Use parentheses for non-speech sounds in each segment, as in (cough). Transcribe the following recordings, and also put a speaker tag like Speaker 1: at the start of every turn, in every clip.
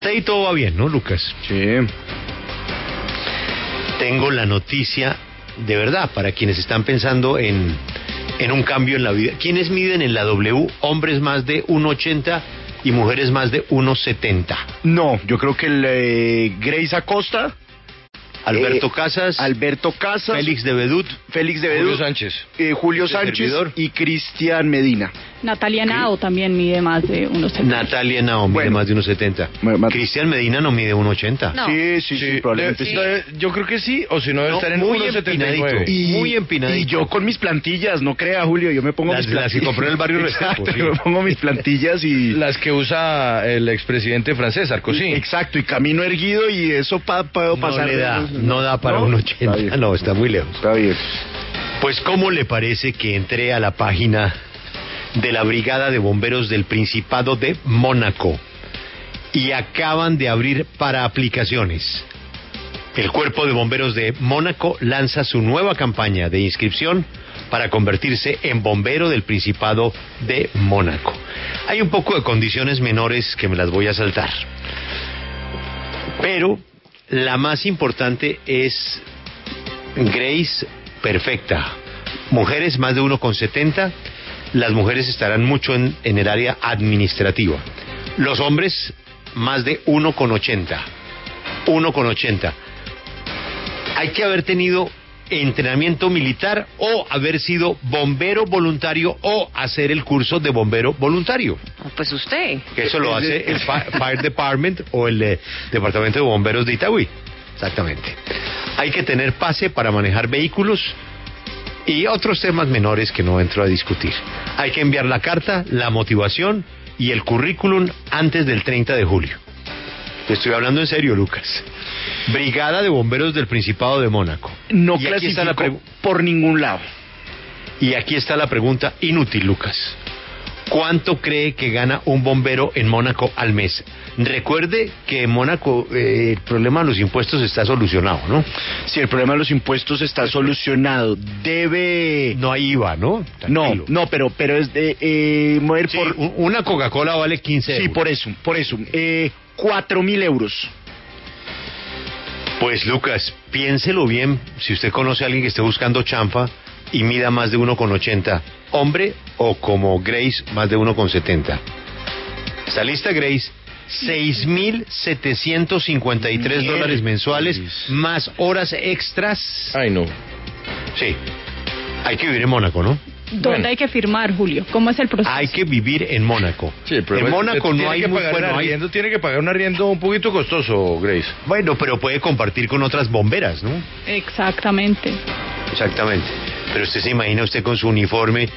Speaker 1: Está ahí todo va bien, ¿no, Lucas?
Speaker 2: Sí.
Speaker 1: Tengo la noticia de verdad para quienes están pensando en, en un cambio en la vida. ¿Quiénes miden en la W hombres más de 1,80 y mujeres más de 1,70?
Speaker 2: No, yo creo que el eh, Grace Acosta,
Speaker 1: Alberto
Speaker 2: Eh,
Speaker 1: Casas,
Speaker 2: Alberto Casas,
Speaker 1: Félix de Bedut,
Speaker 2: Félix de Bedú, eh, Julio
Speaker 1: Este
Speaker 2: Sánchez
Speaker 1: servidor.
Speaker 2: y Cristian Medina.
Speaker 3: Natalia Nao también mide más de unos 70.
Speaker 1: Natalia Naomi
Speaker 2: Bueno.
Speaker 1: de más de 1,70.
Speaker 2: Ma- ma-
Speaker 1: Cristian Medina no mide 1,80.
Speaker 4: No.
Speaker 2: Sí, sí, sí,
Speaker 5: Sí,
Speaker 2: probablemente
Speaker 5: de-
Speaker 2: sí.
Speaker 5: de- yo creo que sí, o si no debe
Speaker 1: No,
Speaker 5: estar en
Speaker 1: muy
Speaker 5: 1.79.
Speaker 1: empinadito.
Speaker 5: Y-
Speaker 1: Muy empinadito.
Speaker 2: Y yo con mis plantillas, no crea, Julio, yo me pongo
Speaker 1: Las-
Speaker 2: mis
Speaker 1: las que
Speaker 2: plantillas.
Speaker 1: compré en el
Speaker 2: (laughs)
Speaker 1: barrio
Speaker 2: Exacto,
Speaker 1: Restrepo, sí.
Speaker 2: yo me pongo mis plantillas y... pues
Speaker 5: Las que usa el expresidente francés, Sarkozy.
Speaker 2: Exacto, y camino erguido y eso pa, puedo
Speaker 1: No
Speaker 2: pasar.
Speaker 1: le
Speaker 2: de-
Speaker 1: da, no da para
Speaker 2: ¿No?
Speaker 1: 1,80.
Speaker 2: Está bien.
Speaker 1: No, está muy lejos.
Speaker 2: Está bien.
Speaker 1: Pues, ¿cómo le parece que entré a la página de la Brigada de Bomberos del Principado de Mónaco y acaban de abrir para aplicaciones? El Cuerpo de Bomberos de Mónaco lanza su nueva campaña de inscripción para convertirse en bombero del Principado de Mónaco. Hay un poco de condiciones menores que me las voy a saltar. Pero la más importante es Grace perfecta. Mujeres más de 1,70. Las mujeres estarán mucho en, en el área administrativa. Los hombres más de 1,80. 1,80. Hay que haber tenido entrenamiento militar o haber sido bombero voluntario o hacer el curso de bombero voluntario.
Speaker 4: Ah, Pues usted.
Speaker 1: Que eso lo hace el Fi- Fire Department o el eh, Departamento de Bomberos de Itagüí. Exactamente. Hay que tener pase para manejar vehículos y otros temas menores que no entro a discutir. Hay que enviar la carta, la motivación y el currículum antes del 30 de julio. Te estoy hablando en serio, Lucas. Brigada de Bomberos del Principado de Mónaco.
Speaker 2: No
Speaker 1: Y aquí está la
Speaker 2: clasifico
Speaker 1: pregu-
Speaker 2: por ningún lado.
Speaker 1: y aquí está la pregunta inútil, Lucas. ¿Cuánto cree que gana un bombero en Mónaco al mes? Recuerde que en Mónaco eh, el problema de los impuestos está solucionado, ¿no?
Speaker 2: Si el problema de los impuestos está solucionado, debe...
Speaker 1: No hay IVA, ¿no?
Speaker 2: No,
Speaker 1: Tranquilo.
Speaker 2: no, pero, pero es de eh, mover
Speaker 1: Sí,
Speaker 2: por...
Speaker 1: u- una Coca-Cola vale 15
Speaker 2: Sí,
Speaker 1: euros.
Speaker 2: por eso, por eso. Eh, cuatro mil euros.
Speaker 1: Pues Lucas, piénselo bien. Si usted conoce a alguien que esté buscando chanfa y mida más de 1,80, hombre o como Grace, más de 1,70. ¿Está lista Grace? 6.753 dólares mensuales más horas extras.
Speaker 5: Ay, no.
Speaker 1: Sí. Hay que vivir en Mónaco, ¿no?
Speaker 3: ¿Dónde
Speaker 5: Bueno.
Speaker 3: hay que firmar, Julio? ¿Cómo es el proceso?
Speaker 1: Hay que vivir en Mónaco.
Speaker 5: Sí, el problema
Speaker 1: en
Speaker 5: es que
Speaker 1: Mónaco
Speaker 5: tiene
Speaker 1: no hay
Speaker 5: que
Speaker 1: muy
Speaker 5: pagar un
Speaker 1: bueno. hay-
Speaker 5: arriendo, Tiene que pagar un arriendo un poquito costoso, Grace.
Speaker 1: Bueno, pero puede compartir con otras bomberas, ¿no?
Speaker 3: Exactamente.
Speaker 1: Exactamente. Pero usted se imagina usted con su uniforme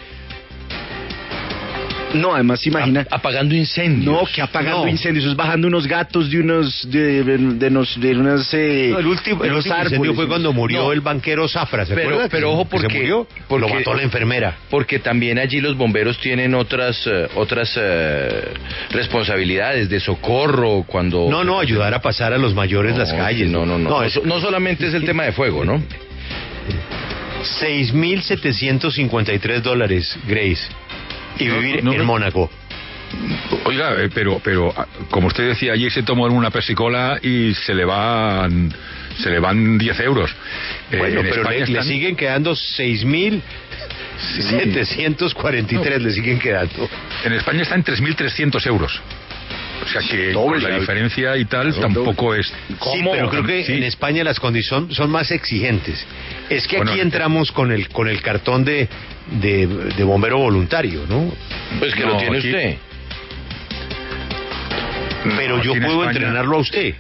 Speaker 2: No, además imagina...
Speaker 5: apagando incendios.
Speaker 2: no, que apagando
Speaker 1: Ah, No.
Speaker 2: incendios, es bajando unos gatos de unos... de, de, de nos- de unas... eh,
Speaker 1: No, el último,
Speaker 2: de
Speaker 1: el
Speaker 2: unos
Speaker 1: último incendio
Speaker 2: árboles.
Speaker 1: fue cuando murió
Speaker 5: No.
Speaker 1: el banquero Zafra, ¿se
Speaker 5: Pero-
Speaker 1: acuerda?
Speaker 5: pero ojo
Speaker 1: Que se
Speaker 5: porque-
Speaker 1: murió,
Speaker 5: porque-
Speaker 1: lo mató la enfermera.
Speaker 5: Porque también allí los bomberos tienen otras eh, otras eh, responsabilidades de socorro cuando...
Speaker 1: No, no, ayudar a pasar a los mayores las calles.
Speaker 5: No, no, no. No,
Speaker 1: eso-
Speaker 5: so- no solamente es el tema de fuego, ¿no?
Speaker 1: 6.753 dólares, Grace. Y
Speaker 6: No,
Speaker 1: vivir
Speaker 6: no,
Speaker 1: en
Speaker 6: no.
Speaker 1: Mónaco.
Speaker 6: Oiga, eh, pero, pero ah, como usted decía, ayer se tomó una persicola y se le van, se le van 10 euros. Eh,
Speaker 1: bueno,
Speaker 6: en
Speaker 1: pero le,
Speaker 6: España
Speaker 1: le
Speaker 6: están-
Speaker 1: siguen quedando 6.743, le siguen quedando.
Speaker 6: En España está en 3.300 euros. O sea que
Speaker 2: Doble,
Speaker 6: con la
Speaker 2: David.
Speaker 6: diferencia y tal
Speaker 2: Claro,
Speaker 6: tampoco es.
Speaker 1: Sí, pero creo que
Speaker 6: Sí.
Speaker 1: en España las condiciones son más exigentes. Es que
Speaker 6: Bueno,
Speaker 1: aquí entramos con el con el cartón de, de, de bombero voluntario, ¿no?
Speaker 5: Pues que lo
Speaker 6: No,
Speaker 5: tiene
Speaker 6: aquí-
Speaker 5: usted.
Speaker 1: Pero
Speaker 6: No,
Speaker 1: yo
Speaker 6: aquí en
Speaker 1: puedo
Speaker 6: España-
Speaker 1: entrenarlo a
Speaker 6: (laughs)
Speaker 1: usted.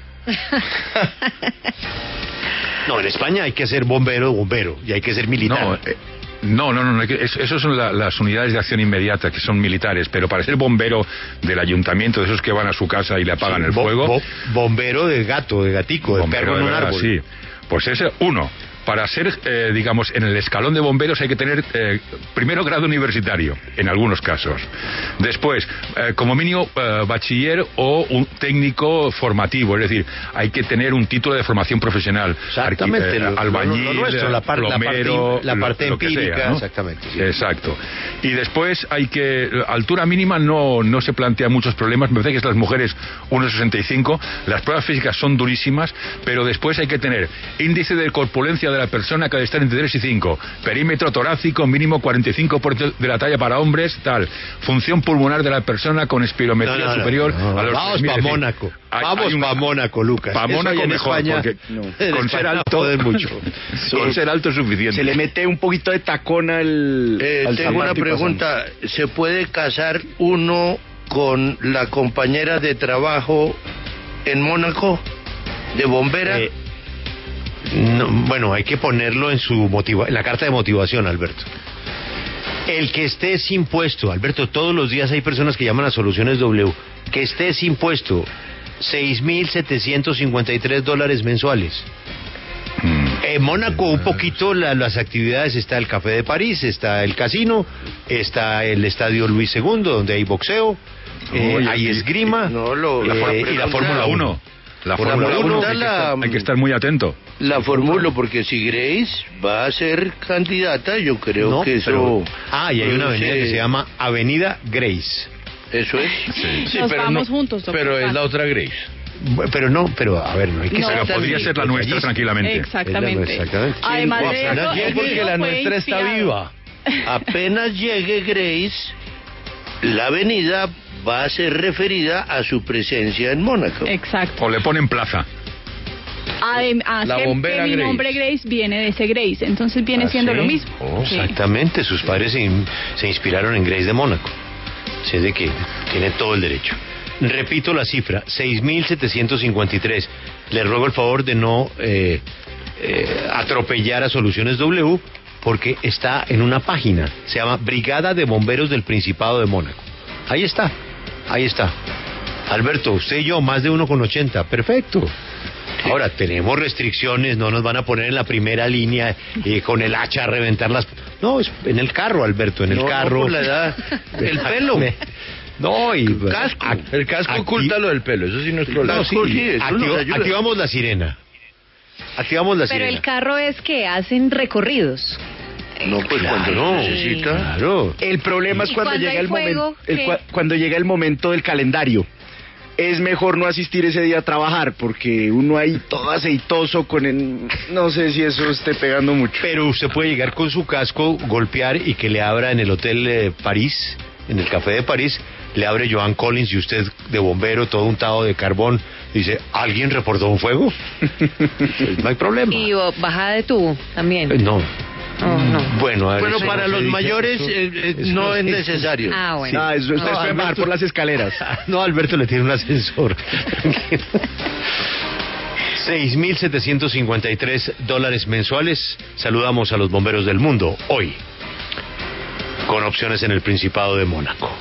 Speaker 1: no, en España hay que ser bombero, bombero, y hay que ser militar.
Speaker 6: No, eh, no, no, no, no, hay que- es- esos son la- las unidades de acción inmediata que son militares, pero para ser bombero del ayuntamiento, de esos que van a su casa y le apagan el
Speaker 1: Bo-
Speaker 6: fuego,
Speaker 1: bo- bombero de gato, de gatico, de
Speaker 6: bombero
Speaker 1: perro en
Speaker 6: de
Speaker 1: un
Speaker 6: verdad,
Speaker 1: árbol.
Speaker 6: sí. Pues ese uno. para ser, eh, digamos, en el escalón de bomberos hay que tener eh, primero grado universitario, en algunos casos. Después, eh, como mínimo, eh, bachiller o un técnico formativo, es decir, hay que tener un título de formación profesional.
Speaker 1: Exactamente,
Speaker 6: Arqui- eh,
Speaker 1: lo- lo-
Speaker 6: albañil,
Speaker 1: lo nuestro, la par- la parte- em-
Speaker 6: plomero,
Speaker 1: la
Speaker 6: lo-
Speaker 1: parte
Speaker 6: lo que sea,
Speaker 1: empírica,
Speaker 6: ¿no?
Speaker 1: exactamente, sí.
Speaker 6: Exacto. Y después hay que, altura mínima no, no se plantea muchos problemas, me parece que es las mujeres 1,65, las pruebas físicas son durísimas, pero después hay que tener índice de corpulencia de la persona que ha de estar entre 3 y 5, perímetro torácico mínimo 45% de la talla para hombres, tal, función pulmonar de la persona con espirometría
Speaker 1: No, no, no,
Speaker 6: superior
Speaker 1: no.
Speaker 6: a los
Speaker 1: Vamos
Speaker 6: 3.000,
Speaker 1: pa'
Speaker 6: es decir,
Speaker 1: Mónaco.
Speaker 6: hay-
Speaker 1: Vamos
Speaker 6: hay una-
Speaker 1: pa' Mónaco, Lucas.
Speaker 6: Pa'
Speaker 1: Eso
Speaker 6: Mónaco
Speaker 1: ahí en
Speaker 6: mejor,
Speaker 1: España- (laughs)
Speaker 6: porque
Speaker 1: No. En
Speaker 6: con ser
Speaker 1: España no
Speaker 6: alto
Speaker 1: joden (laughs) mucho.
Speaker 6: (laughs) Con
Speaker 1: Sí.
Speaker 6: ser alto es suficiente.
Speaker 2: Se le mete un poquito de tacón al.
Speaker 4: Eh,
Speaker 2: al
Speaker 4: tengo una
Speaker 2: zapato y
Speaker 4: pregunta. ¿Se puede casar uno con la compañera de trabajo en Mónaco de bombera?
Speaker 1: Eh, no, bueno, hay que ponerlo en su motiva en la carta de motivación, Alberto. El que esté sin puesto, Alberto, todos los días hay personas que llaman a Soluciones W, que esté sin puesto, 6.753 dólares mensuales.
Speaker 6: Mm.
Speaker 1: En Mónaco un poquito la- las actividades, está el Café de París, está el casino, está el Estadio Luis II, donde hay boxeo, eh,
Speaker 6: Oye,
Speaker 1: hay
Speaker 6: y-
Speaker 1: esgrima
Speaker 4: no, lo-
Speaker 1: eh,
Speaker 4: la
Speaker 1: y la
Speaker 4: pregunta-
Speaker 1: Fórmula 1.
Speaker 6: La
Speaker 1: Por la
Speaker 6: Fórmula 1
Speaker 4: pregunta
Speaker 6: hay, que
Speaker 4: la-
Speaker 6: estar- hay que estar muy atento.
Speaker 4: La formulo porque si Grace va a ser candidata, yo creo
Speaker 1: No,
Speaker 4: que eso.
Speaker 1: pero- Ah, y hay una avenida
Speaker 4: produce-
Speaker 1: que se llama Avenida Grace.
Speaker 4: Eso es.
Speaker 5: Sí,
Speaker 3: Nos
Speaker 5: pero
Speaker 3: vamos
Speaker 5: no-
Speaker 3: juntos, doctor
Speaker 5: Pero es
Speaker 3: Paz.
Speaker 5: la otra Grace.
Speaker 1: Bu- Pero no, pero a ver, no hay que
Speaker 3: No,
Speaker 1: ser-
Speaker 6: Pero
Speaker 4: está
Speaker 6: podría
Speaker 4: bien.
Speaker 6: ser la nuestra
Speaker 1: Allí-
Speaker 6: tranquilamente.
Speaker 3: Exactamente.
Speaker 1: Exactamente.
Speaker 3: Además
Speaker 1: ¿Quién
Speaker 3: de
Speaker 1: guapa?
Speaker 3: eso,
Speaker 1: Nadie,
Speaker 3: el
Speaker 1: porque
Speaker 3: libro
Speaker 4: la
Speaker 3: fue
Speaker 5: nuestra está
Speaker 3: inspirado.
Speaker 5: viva.
Speaker 4: (laughs) Apenas llegue Grace, la avenida va a ser referida a su presencia en Mónaco.
Speaker 3: Exacto.
Speaker 6: O le ponen plaza.
Speaker 3: Adem- ah,
Speaker 5: La
Speaker 3: que-
Speaker 5: bombera
Speaker 3: que mi
Speaker 5: Grace.
Speaker 3: nombre Grace viene de ese Grace, entonces viene
Speaker 1: ¿Ah,
Speaker 3: siendo
Speaker 1: sí?
Speaker 3: lo mismo.
Speaker 1: Oh,
Speaker 3: Sí.
Speaker 1: Exactamente, sus padres se, in- se inspiraron en Grace de Mónaco. Así es de que tiene todo el derecho. Repito la cifra, 6.753. Les ruego el favor de no eh, eh, atropellar a Soluciones W porque está en una página. Se llama Brigada de Bomberos del Principado de Mónaco. Ahí está, ahí está. Alberto, usted y yo, más de uno con 80. Perfecto. Ahora, tenemos restricciones, no nos van a poner en la primera línea eh, con el hacha a reventar las... No, es en el carro, Alberto, en el
Speaker 4: No, no
Speaker 1: carro.
Speaker 4: por la edad.
Speaker 1: (laughs)
Speaker 4: El pelo.
Speaker 1: Me- No, y...
Speaker 4: casco.
Speaker 1: a-
Speaker 5: El casco
Speaker 1: acti-
Speaker 5: oculta lo del pelo, eso sí no es problema.
Speaker 1: No, sí,
Speaker 4: sí, eso
Speaker 1: activa-
Speaker 4: nos ayuda.
Speaker 1: activamos la sirena. Activamos la
Speaker 7: Pero
Speaker 1: sirena.
Speaker 7: el carro es que hacen recorridos.
Speaker 4: No, pues cuando
Speaker 1: Claro.
Speaker 4: se necesita.
Speaker 1: Claro.
Speaker 2: El problema es
Speaker 7: Y
Speaker 2: cuando,
Speaker 7: cuando
Speaker 2: llega
Speaker 7: hay
Speaker 2: el momento,
Speaker 7: fuego,
Speaker 2: el
Speaker 7: ¿qué?
Speaker 2: cua- cuando llega el momento del calendario. Es mejor no asistir ese día a trabajar porque uno ahí todo aceitoso con el... No sé si eso esté pegando mucho.
Speaker 1: Pero usted puede llegar con su casco, golpear y que le abra en el Hotel eh, París, en el Café de París, le abre Joan Collins y usted de bombero, todo untado de carbón, dice, ¿alguien reportó un fuego? (laughs) Pues no hay problema.
Speaker 7: Y oh, bajada de tubo también.
Speaker 1: Eh, No.
Speaker 7: Oh, no.
Speaker 1: Bueno, a ver,
Speaker 4: Bueno,
Speaker 1: eso
Speaker 4: para
Speaker 1: no se
Speaker 4: los
Speaker 1: dice,
Speaker 4: mayores
Speaker 1: eso-
Speaker 4: eh, eh,
Speaker 1: eso
Speaker 4: no es
Speaker 1: es-
Speaker 4: necesario.
Speaker 7: Ah, bueno.
Speaker 2: Ah, eso, usted
Speaker 1: No,
Speaker 2: puede bajar
Speaker 1: Alberto.
Speaker 2: por las
Speaker 1: (laughs)
Speaker 2: escaleras.
Speaker 1: No, Alberto le tiene un ascensor. 6.753 dólares mensuales. Saludamos a los bomberos del mundo hoy, con opciones en el Principado de Mónaco.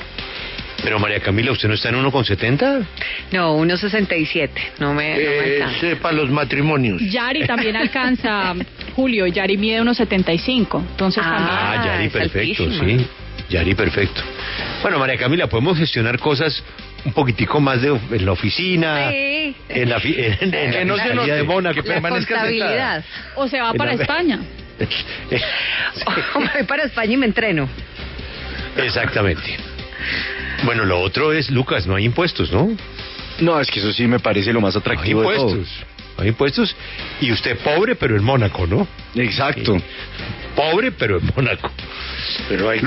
Speaker 1: Pero María Camila, ¿usted no está en 1,70?
Speaker 7: No, 1.67. No me, no me
Speaker 4: Eh,
Speaker 7: alcanza.
Speaker 4: sepa los matrimonios.
Speaker 3: Yari también alcanza, Julio, Yari mide unos 75, entonces
Speaker 7: Ah,
Speaker 3: también.
Speaker 1: Ah, Yari,
Speaker 7: es
Speaker 1: perfecto,
Speaker 7: altísima.
Speaker 1: sí. Yari, perfecto. Bueno, María Camila, podemos gestionar cosas un poquitico más de, en la oficina,
Speaker 7: Sí.
Speaker 1: en la, fi- en- en la
Speaker 5: Que no se
Speaker 1: Fiscalía
Speaker 5: note,
Speaker 1: de Mónaco.
Speaker 5: que
Speaker 7: La
Speaker 5: permanezca
Speaker 7: contabilidad.
Speaker 3: O se va para
Speaker 1: En la-
Speaker 3: España.
Speaker 7: Voy (laughs) para España y me entreno.
Speaker 1: Exactamente. Bueno, lo otro es, Lucas, no hay impuestos, ¿no?
Speaker 2: No, es que eso sí me parece lo más
Speaker 1: No hay
Speaker 2: atractivo de todo.
Speaker 1: impuestos. No hay impuestos. Y usted pobre, pero en Mónaco, ¿no?
Speaker 2: Exacto.
Speaker 1: Pobre, pero en Mónaco.
Speaker 4: Pero hay